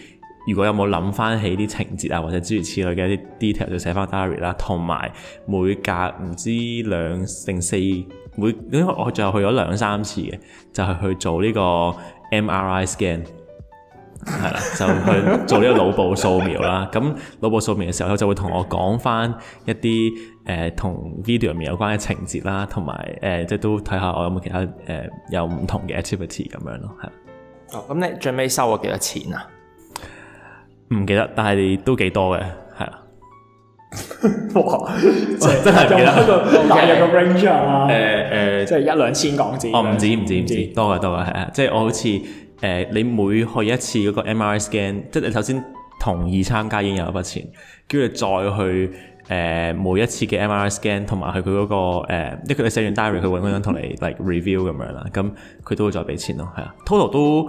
如果有冇諗翻起啲情節啊，或者諸如此類嘅一啲 detail 就寫翻 diary 啦，同埋每隔唔知兩定四每，因為我最後去咗兩三次嘅，就係、去做呢個 MRI scan。係啦，就去做呢個腦部掃描啦。咁腦部掃描嘅時候，佢就會同我講翻一啲誒同 video 入面有關嘅情節啦，同埋誒即係都睇下我有冇其他誒、呃有唔同嘅 activity 咁樣咯，係啦
哦，咁你最尾收咗幾多錢啊？
唔記得，但係都幾多嘅，係啦。
哇！
真係唔 記得
得大約個 range 啊，
誒
即係一兩千港紙。
哦，唔止唔止唔止，多嘅多嘅，係啊，即係我好似誒、呃你每去一次嗰個 MRI scan，即係你首先同意參加已經有一筆錢，跟住你再去誒、呃每一次嘅 MRI scan 同埋去佢嗰、個、呃、因為佢你寫完 diary，佢揾嗰張同你 like review 咁樣啦，咁佢都會再俾錢咯，係啊，total 都。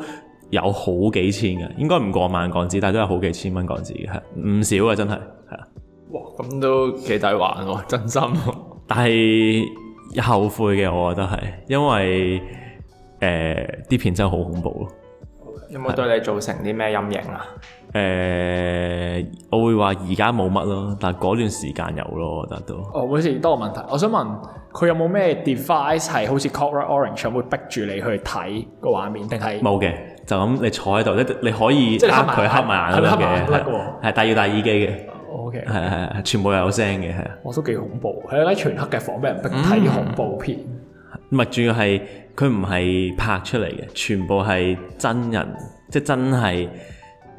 有好幾千嘅，應該唔過萬港紙，但係都有好幾千蚊港紙嘅，係啊唔少嘅真係，係啊。
哇，咁都幾抵玩喎，真心。
但係後悔嘅，我覺得係，因為誒啲片真係好恐怖咯。
有冇對你造成啲咩陰影啊？
誒、呃我會話而家冇乜咯，但係嗰段時間有咯，我覺得都。
哦，好似多個問題，我想問佢有冇咩 device 係好似 Clockwork Orange 咁會逼住你去睇個畫面，定係
冇嘅，就咁你坐喺度咧，你可以
即係
呃
你黑
佢
埋眼係
黑埋眼
咪黑埋
咁
眼
樣
得
嘅
嘅喎，
係但係要戴耳機嘅，
？OK，
係係係，全部又有聲嘅，係啊。
我都幾恐怖，喺一間全黑嘅房俾人逼睇恐怖片。
唔係，仲要係佢唔係拍出嚟嘅，全部係真人，即係真係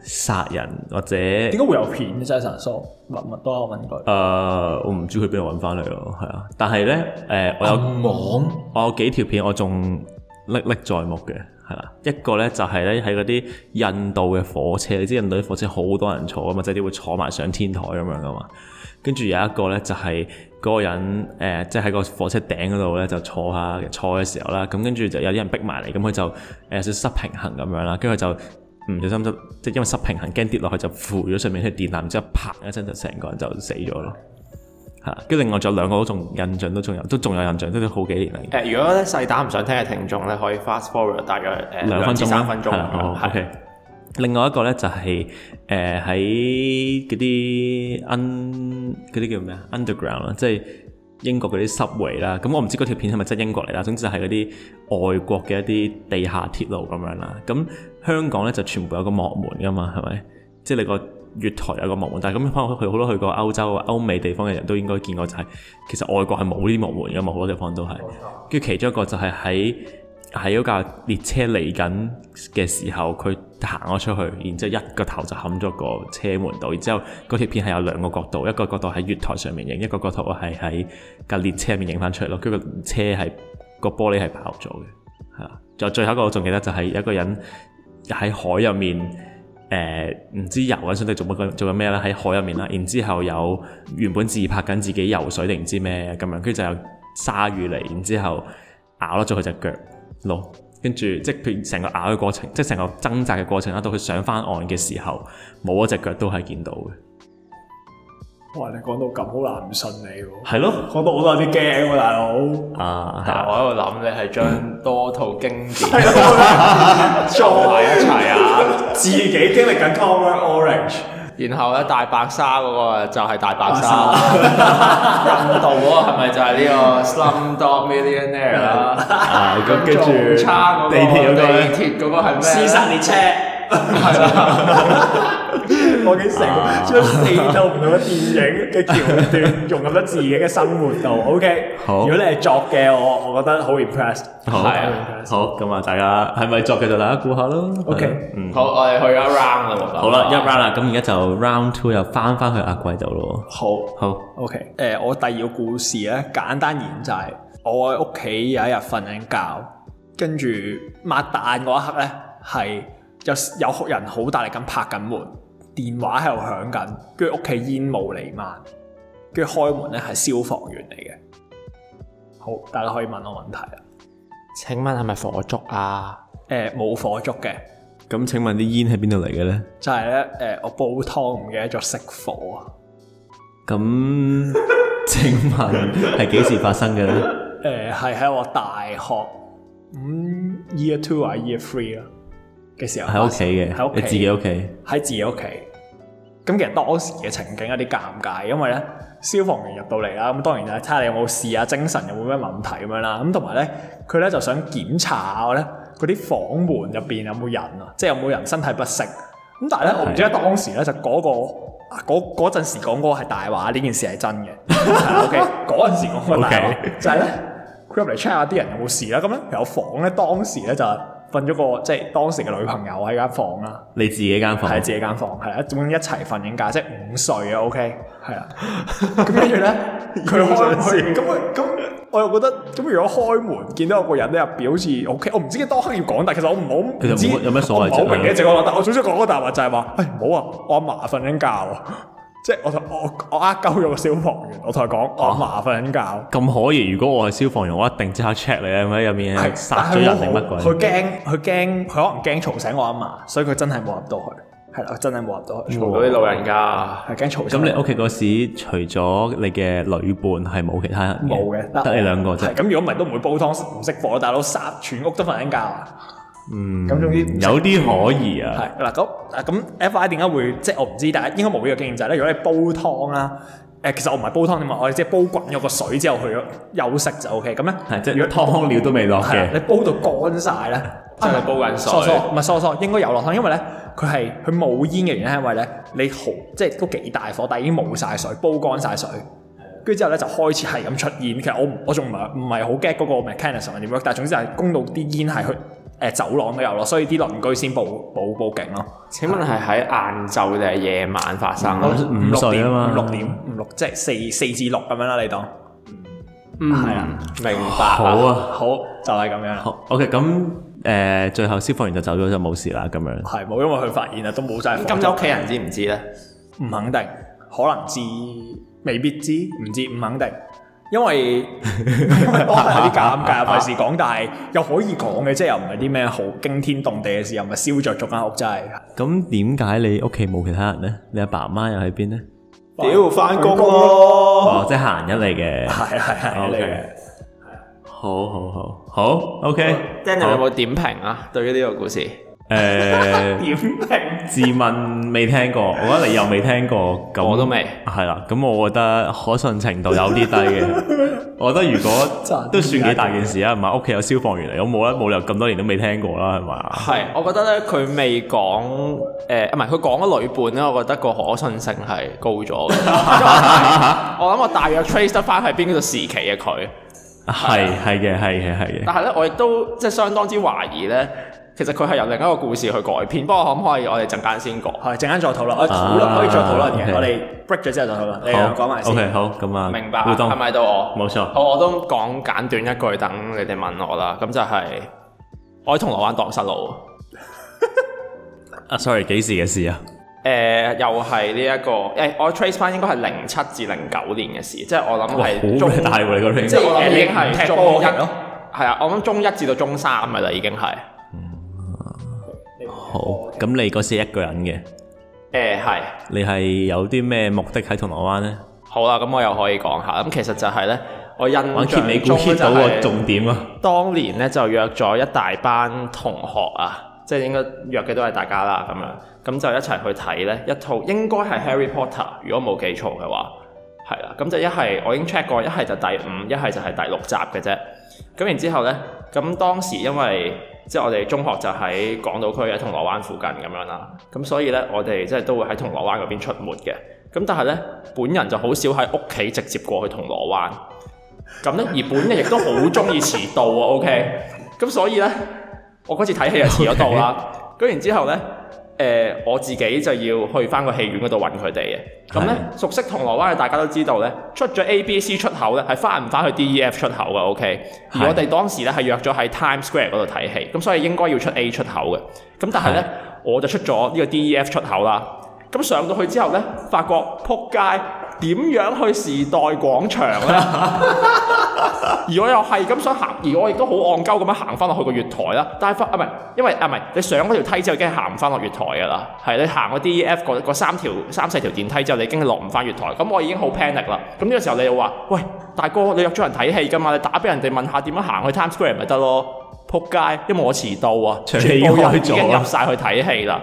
殺人或者
點解會有片嘅真係神叔？默默多我問句。
誒、呃我唔知佢邊度揾翻嚟咯，係啊。但係咧，誒、我有
哦
網
我有幾條片我仲歷歷在目嘅，係啦。一個咧就係咧喺嗰啲印度嘅火車，你知印度啲火車好多人坐啊嘛，即係啲會坐埋上天台咁樣噶嘛。跟住有一個咧就係、嗰個人誒、呃即係喺個火車頂嗰度咧就坐下坐嘅時候啦，咁跟住就有啲人逼埋嚟，咁佢就誒、呃有少少失平衡咁樣啦，跟住佢就。唔小心就即係因為失平衡，驚跌落去就扶咗上面啲電纜，之後啪一聲就成個人就死咗咯。係啦，跟住另外仲有兩個都仲印象都仲有，都仲有印象，都都好幾年啦。
誒、呃如果咧細膽唔想聽嘅聽眾咧，可以 fast forward 大約誒呃
兩分
至
鐘啦
三分鐘
係啦，
咁
好
樣。係
OK。另外一個咧就係誒喺嗰啲 un 嗰啲叫咩啊 underground 啦，即係英國嗰啲 subway 啦。咁我唔知嗰條片係咪真係英國嚟啦，總之就係嗰啲外國嘅一啲地下鐵路咁樣啦。咁香港咧就全部有個幕門噶嘛，係咪？即係你個月台有個幕門，但係咁可能佢好多去過歐洲、歐美地方嘅人都應該見過、就係，其實外國係冇呢啲幕門噶嘛，好多地方都係。跟住其中一個就係喺喺嗰架列車嚟緊嘅時候，佢行咗出去，然之後一個頭就冚咗個車門度，然之後嗰條片係有兩個角度，一個角度喺月台上面影，一個角度係喺架列車入面影翻出嚟咯。跟住個車係個玻璃係爆咗嘅，係啦。就最後一個我仲記得就係有一個人喺海入面。誒唔、知游緊水定做乜鬼做緊咩啦？喺海入面啦，然之後有原本自拍緊自己游水定唔知咩咁樣，跟住就有鯊魚嚟，然之後咬甩咗佢隻腳咯。跟住即係佢成個咬嘅過程，即係成個掙扎嘅過程啦，到佢上翻岸嘅時候，冇一隻腳都係見到嘅。
哇！你講到咁，好難唔信你喎。
係咯，
講到我都有啲驚喎，大 佬。
啊，係
但係
啊
我喺度諗，你係
嗯
將多套經典做埋一齊啊！
自己經歷緊 Color Orange，
然後咧大白鯊嗰個就係大白鯊，印度嗰個係咪就係呢個 Slumdog Millionaire 啦？
啊，咁跟
仲
住
差嗰個
地鐵嗰個
地
咧
鐵嗰個係咩？
屍殺列車。
係啦，
我已經成將四套唔同嘅電影嘅橋段融入咗自己嘅生活度。OK，
好
如果你係作嘅，我我覺得好 impressed。
好
係啊
好咁啊，大家係咪作嘅就大家估下咯。
OK
係啊嗯，
好，我哋去咗 round 啦喎，
好啦，一 round 啦，咁而家就 round two 又翻翻去阿貴度咯。
好。
好。
OK，誒、我呃第二個故事咧，簡單而言就係、我喺屋企有一日瞓緊覺，跟住擘大眼嗰一刻咧，係有有人好大力咁拍緊門，電話喺度響緊，跟住屋企煙霧瀰漫，跟住開門咧係消防員嚟嘅。好，大家可以問我問題啦。
請問係咪火燭啊？
誒、冇火燭嘅，
咁請問啲煙喺邊度嚟嘅咧？
就係咧誒，我煲湯唔記得咗熄火啊。
咁請問係幾時發生 嘅咧？
誒呃係喺我大學嗯 year two 啊 year three 啦嘅時候
喺屋企
喺
嘅，
屋
你
企
自己屋企。
喺自己屋企。咁其實當時嘅情景有啲尷尬，因為咧消防員入到嚟啦，咁當然就係睇下你有冇事啊，精神有冇咩問題咁樣啦。咁同埋咧，佢咧就想檢查下咧嗰啲房門入邊有冇人啊，即係有冇人身體不適。咁但係咧，我唔知咧當時咧就嗰、個啊嗰嗰陣時講嗰個係大話，呢件事係真嘅。係啦 OK，嗰陣時講嗰個大話
OK
就係咧，佢入嚟 check 下啲人有冇事啦。咁咧有房咧，當時咧就瞓咗個即係當時嘅女朋友喺間房啦。
你自己間房
喺自己間房，係啦，啊總之一齊瞓緊覺，即係五歲啊，OK，係 啦。咁跟住咧，佢開門，咁佢咁我又覺得，咁如果開門見到有個人咧入邊好似 OK，我唔知佢當刻要講，但係其實我唔好唔
其實冇
知
乜有咩所謂
我
啫
唔好明嘅，就我但我總之講嗰個答話就係話，誒唔好啊，我阿嫲瞓緊覺啊， 即係我同我我呃鳩咗個消防員，我同佢講我
哦
阿嫲瞓緊覺。
咁可疑。如果我係消防員，我一定即刻 check 你啊係咪入面
係
殺咗人定乜鬼？
佢驚佢驚，佢可能驚嘈醒我阿嫲，所以佢真係冇入到去，係啦，真係冇入到去，
嗰啲老人家
係驚嘈醒
哦咁
我。
你屋企嗰時，除咗你嘅女伴，係冇其他人
冇嘅，
得你兩個啫
係。咁，如果唔係都唔會煲湯唔識火，大佬殺全屋都瞓緊覺啊！
嗯，
咁總之
有啲可疑啊。
係嗱咁嗱咁 F.I. 點解會即係我唔知，但係應該冇呢個經驗就係咧，如果你煲湯啦，誒其實我唔係煲湯點啊，我哋即係煲滾咗個水之後去咗休息就 O.K. 咁咧，
係即
如
係
果
湯料都未落
係啊你
嘅。
煲到乾晒咧，
即係煲緊
疏疏
水。
唔係疏疏，應該有落湯，因為咧佢係佢冇煙嘅原因係因為咧你好即係都幾大火，但係已經冇晒水，煲乾晒水。跟住之後咧就開始係咁出煙，其實我唔我仲唔係唔係好 get 嗰個 mechanism 係點 work，但係總之係供到啲煙係去誒、走廊都有咯，所以啲鄰居先報報報警咯。
請問係喺晏晝定係夜晚發生啊？
五歲啊嘛
五六點五六即係四四至六咁樣啦，你當
嗯，
係啦，
明白。
好啊。
好就係、咁樣啦。
好 OK，咁誒，最後消防員就走咗就冇事啦，咁樣。
係冇，因為佢發現啦，啊都冇晒火
咁你屋企人知唔知咧？
唔肯定，可能知，未必知，唔知，唔肯定，因為因為當下有啲尷尬，費事講，但係又可以講嘅，即係又唔係啲咩好驚天動地嘅事，又唔係燒着咗間屋，真係
咁點解你屋企冇其他人咧？你阿爸阿媽又喺邊咧？
屌返工
咯，
哦，即係閒日嚟嘅。
係係係
OK
嚟嘅。
好好好好，OK。
Daniel 有冇點評啊？對於呢個故事，
诶，
點評
呃自問未聽過，我覺得你又未聽過，咁
我都未
係啦，咁我覺得可信程度有啲 低嘅。我覺得如果
真
都算幾大件事啊，唔係屋企有消防員嚟，我冇得冇理由咁多年都未聽過啦，係嘛？
係，我覺得咧佢未講呃誒，唔係佢講咗女伴咧，我覺得個可信性係高 咗嘅。因為我我諗我大約 trace 得翻係邊個時期嘅佢，
係係嘅係嘅係嘅，
但係咧我亦都即係相當之懷疑咧，其實佢係由另一個故事去改編。不過可唔可以我哋陣間先講？
係陣間再討論，我哋討論可以再討論嘅，
啊
我哋 break 咗之後再討論。你兩個講埋先。
OK 好，咁啊，
明白
互動
係咪到我？
冇錯
好，我都講簡短一句，等你哋問我啦。咁就係、我喺銅鑼灣蕩失路。
啊，sorry，幾時嘅事啊？
誒、呃又係呢一個誒、我 trace 翻應該係零七至零九年嘅事，即係我諗
哇，
係
好大啊喎你個 r
即係我諗已經
你唔
係
踢波
中
嗰
一
期咯
係啊，我諗中一至到中三嘅啦，已經係
好，咁你嗰時一個人嘅，
誒係。
你係有啲咩目的喺銅鑼灣咧？
好啦，咁我又可以講下，咁其實就係咧，我印
我揭尾
象
股
中
揭
咧就
到個
係、
重點啊！
當年咧就約咗一大班同學啊，即係應該約嘅都係大家啦咁樣，咁就一齊去睇咧一套應該係 Harry Potter，如果冇記錯嘅話，係啦，咁就一係我已經 check 過，一係就第五，一係就係第六集嘅啫。咁然之後咧，咁當時因為即係我哋中學就喺港島區嘅銅鑼灣附近咁樣啦，咁所以咧我哋即係都會喺銅鑼灣嗰邊出沒嘅。咁但係咧，本人就好少喺屋企直接過去銅鑼灣。咁咧，而本人亦都好中意遲到啊。OK，咁所以咧，我嗰次睇戲就遲咗到啦。咁然之後咧，誒、我自己就要去翻個戲院嗰度揾佢哋嘅。咁咧，熟悉銅鑼灣嘅大家都知道咧，出咗 A、B、C 出口咧，係翻唔翻去 D、E、F 出口嘅。OK，
係
而我哋當時咧係約咗喺 Times Square 嗰度睇戲，咁所以應該要出 A 出口嘅。咁但係咧，我就出咗呢個 D、E、F 出口啦。咁上到去之後咧，發覺撲街點樣去時代廣場咧？而我又係咁想行，而我亦都好戇鳩咁樣行翻落去個月台啦。但係發啊唔係，因為啊唔係，你上嗰條梯之後已經行唔翻落月台㗎啦。係你行嗰 D E F 嗰嗰三條三四條電梯之後，你已經落唔翻月台。咁我已經好 panic 啦。咁呢個時候你又話：喂，大哥，你約咗人睇戲㗎嘛？你打俾人哋問下點樣行去 Times Square 咪得咯？撲街，因為我遲到啊，
場
全
戲
部人
開
已
咗
經
啊
入晒去睇戲啦。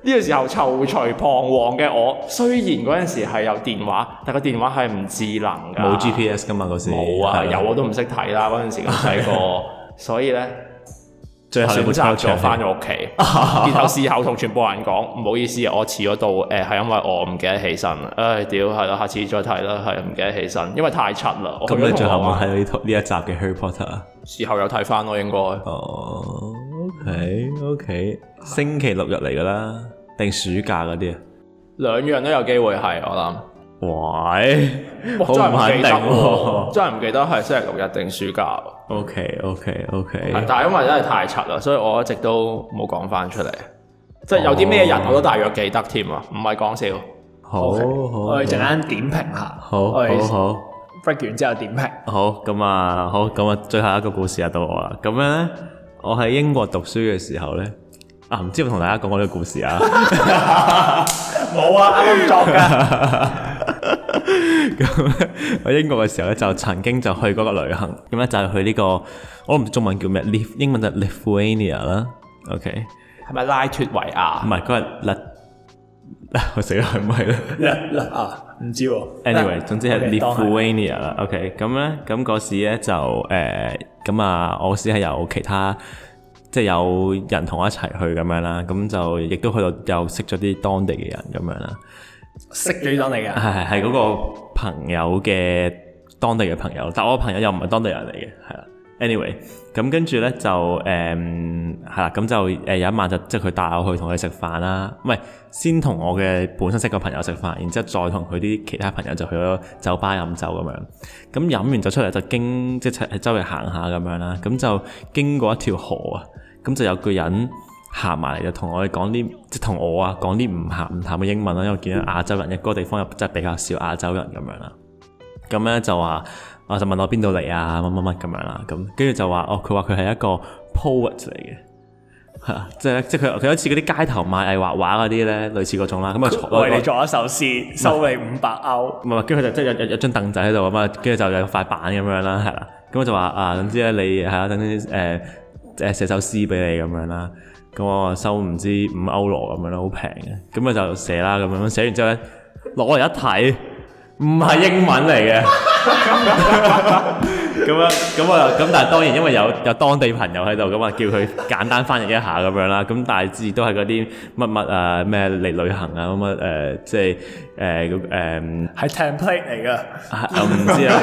呢個時候躊躇彷徨嘅我，雖然嗰陣時係有電話，但個電話係唔智能㗎，
冇 GPS 噶嘛嗰時，
啊冇啊，
係
有我都唔識睇啦，嗰陣時咁細個， 所以咧
最後有
選
冇
擇
抽
咗
長
翻
翻
咗屋企，然後事後同全部人講唔好意思啊，我遲咗到，誒、係因為我唔記得起身啦，唉屌係啦，下次再睇啦，係唔記得起身，因為太柒啦。我去
咁
咗
你最後
銅鑼灣
有冇睇到呢套呢一集嘅 Harry Potter 啊？
事後有睇翻咯，應該
哦，OK OK，星期六日嚟噶啦，定暑假嗰啲啊？
兩樣都有機會係我諗。
喂，
哇
好
真係
唔
唔
肯
記得
定
喎，
喎。
真係唔記得係星期六日定暑假喎。
OK OK
係
OK，
但係因為真係太柒啦，所以我一直都冇講翻出嚟。即
哦
係有啲咩人我都大約記得添啊，唔係講笑。
好好
我哋陣間點評下。
好
我
好
哋
好。
break 完之後點評。
好咁啊，好咁啊，最後一個故事啊，到我啦。咁樣咧，我喺英國讀書嘅時候咧，啊，唔知有冇同大家講過呢個故事啊？
冇啊，啱啱作㗎。
咁咧我英國嘅時候咧，就曾經就去嗰個旅行，咁咧就係去呢、個，我都唔知中文叫咩，Lith- 英文就 Lithuania 啦。OK，
係咪拉脱維亞
唔？係嗰日 Lit，我死啦，係唔係咧？
嗱嗱啊，唔知喎。
anyway，總之係
OK，當係
Lithuania 啦。OK，咁咧，咁嗰時咧就誒，咁、啊，我嗰時係有其他即係有人同我一齊去咁樣啦，咁就亦都去到又識咗啲當地嘅人咁樣啦。
識咗呢種嚟㗎。
係係係嗰個朋友嘅當地嘅朋友，但我個朋友又唔係當地人嚟嘅，係啦。anyway，咁跟住咧就誒係啦，咁就誒有一晚就即係佢帶我去同佢食飯啦，唔係先同我嘅本身識嘅朋友食飯，然之後再同佢啲其他朋友就去咗酒吧飲酒咁樣。咁飲完就出嚟就經即係周圍行下咁樣啦，咁就經過一條河啊，咁就有個人行埋嚟就同我哋講啲即係同我啊講啲唔鹹唔淡嘅英文啦，因為見到亞洲人嘅嗰個地方又真係比較少亞洲人咁樣啦。咁咧就話，我就問我邊度嚟啊，乜乜乜咁樣啦，咁跟住就話，哦，佢話佢係一個 poet 嚟嘅。 係啊即係即係佢佢好似嗰啲街頭賣藝畫畫嗰啲咧，類似嗰種啦。咁啊坐，
為你作一首詩，收你五百歐。
唔係，唔係跟住佢就即係有有有張凳仔喺度咁啊，跟住就有塊板咁樣啦，係啦。咁我就話啊，總之咧你係啊，等啲誒誒寫首詩俾你咁樣啦。咁我話收唔知五歐羅咁樣啦，好平嘅。咁我就寫啦，咁樣寫完之後咧，攞嚟一睇，唔係英文嚟嘅。咁樣咁我又咁，但係當然因為有有當地朋友喺度，咁啊叫佢簡單翻譯一下咁樣啦。咁但係字都係嗰啲乜乜啊咩嚟旅行啊乜乜誒，即係誒誒
係 template 嚟噶。
啊我唔知啊。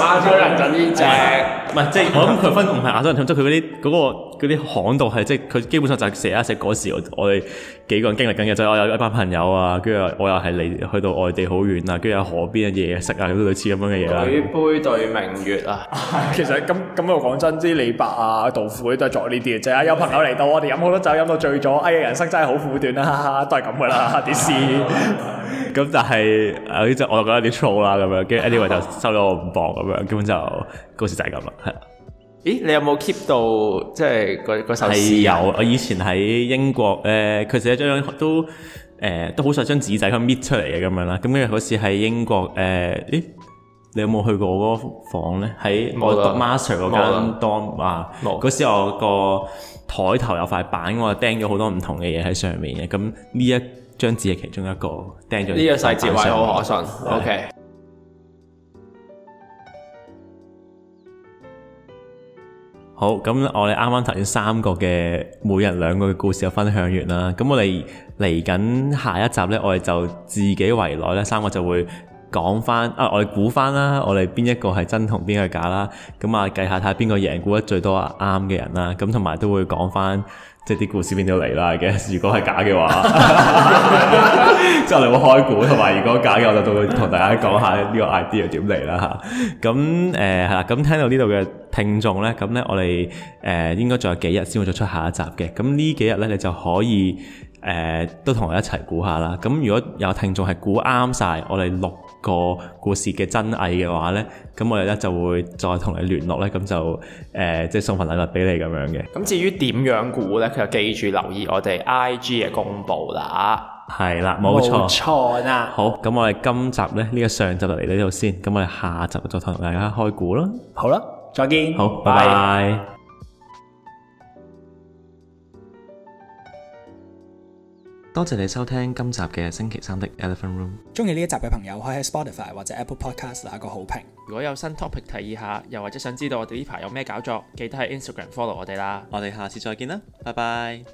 亞洲人就呢只。
啊
唔係，即係哦我諗佢分唔係亞洲人，即係佢嗰啲嗰個嗰啲行度係即係佢基本上就係寫一寫嗰時我我哋幾個人經歷緊嘅，就係我有一班朋友啊，跟住我又係嚟去到外地好遠啊，跟住有河邊嘅嘢食啊，咁類似咁樣嘅嘢啦。
舉杯對明月啊！
其實咁咁又講真，啲李白啊、杜甫都係作呢啲嘅啫。有朋友嚟到，我哋飲好多酒，飲到醉咗，哎呀，人生真係好苦短啦、哈
啊
哈都係咁噶 啦啲事。
咁但係誒呢就我又覺得有啲 troll 啦咁樣，跟住 anyway 就收咗我五磅咁樣，根本就嗰時就係咁啦，係啦。
咦，你有冇 keep 到即係嗰嗰首
係
詩啊
有，我以前喺英國誒，佢寫咗張都誒、呃都好細張紙仔，佢搣出嚟嘅咁樣啦。咁跟住嗰次喺英國誒，咦、你有冇去過嗰個房咧？喺
冇
我
啦
讀 master 嗰
冇啦
間 dorm 啊，
冇
嗰時我個台頭有塊板，我釘咗好多唔同嘅嘢喺上面嘅。咁呢一張紙係其中一個釘咗
呢個細節位好可
我
信。OK，
好，咁我哋啱啱頭先三個嘅每人兩個嘅故事就分享完啦。咁我哋嚟緊下一集呢，我哋就自己圍內呢三個就會講翻啊，我哋估翻啦，我哋邊一個係真同邊個係假啦。咁啊，計下睇下邊個贏估得最多啊啱嘅人啦。咁同埋都會講翻即係啲故事邊度嚟啦嘅。如果係假嘅 話，之後我哋會開估，同埋如果假嘅，我就到同大家講下呢個 idea 點嚟啦嚇。咁誒呃係啦，咁、聽到呢度嘅聽眾咧，咁咧我哋誒、呃、應該仲有幾日先會再出下一集嘅。咁呢幾日咧，你就可以誒、呃都同我一齊估下啦。咁如果有聽眾係估啱晒我哋六個故事嘅真偽嘅話咧，咁我哋咧就會再同你聯絡咧，咁就誒、呃即係送份禮物俾你咁樣嘅。
咁至於點樣估咧，佢就記住留意我哋 IG 嘅公佈啦。
係啦，冇錯。
錯啦。
好，咁我哋今集咧呢、呢個上集就嚟到呢度先，咁我哋下集就再同大家開估啦。
好啦，再見。
好，拜拜。多謝你收聽今集嘅星期三的 Elephant Room。
中意呢一集嘅朋友，可以喺 Spotify 或者 Apple Podcast 打個好評。
如果有新 topic 提議下，又或者想知道我哋呢排有咩搞作，記得喺 Instagram follow 我哋啦。
我哋下次再見啦，拜拜。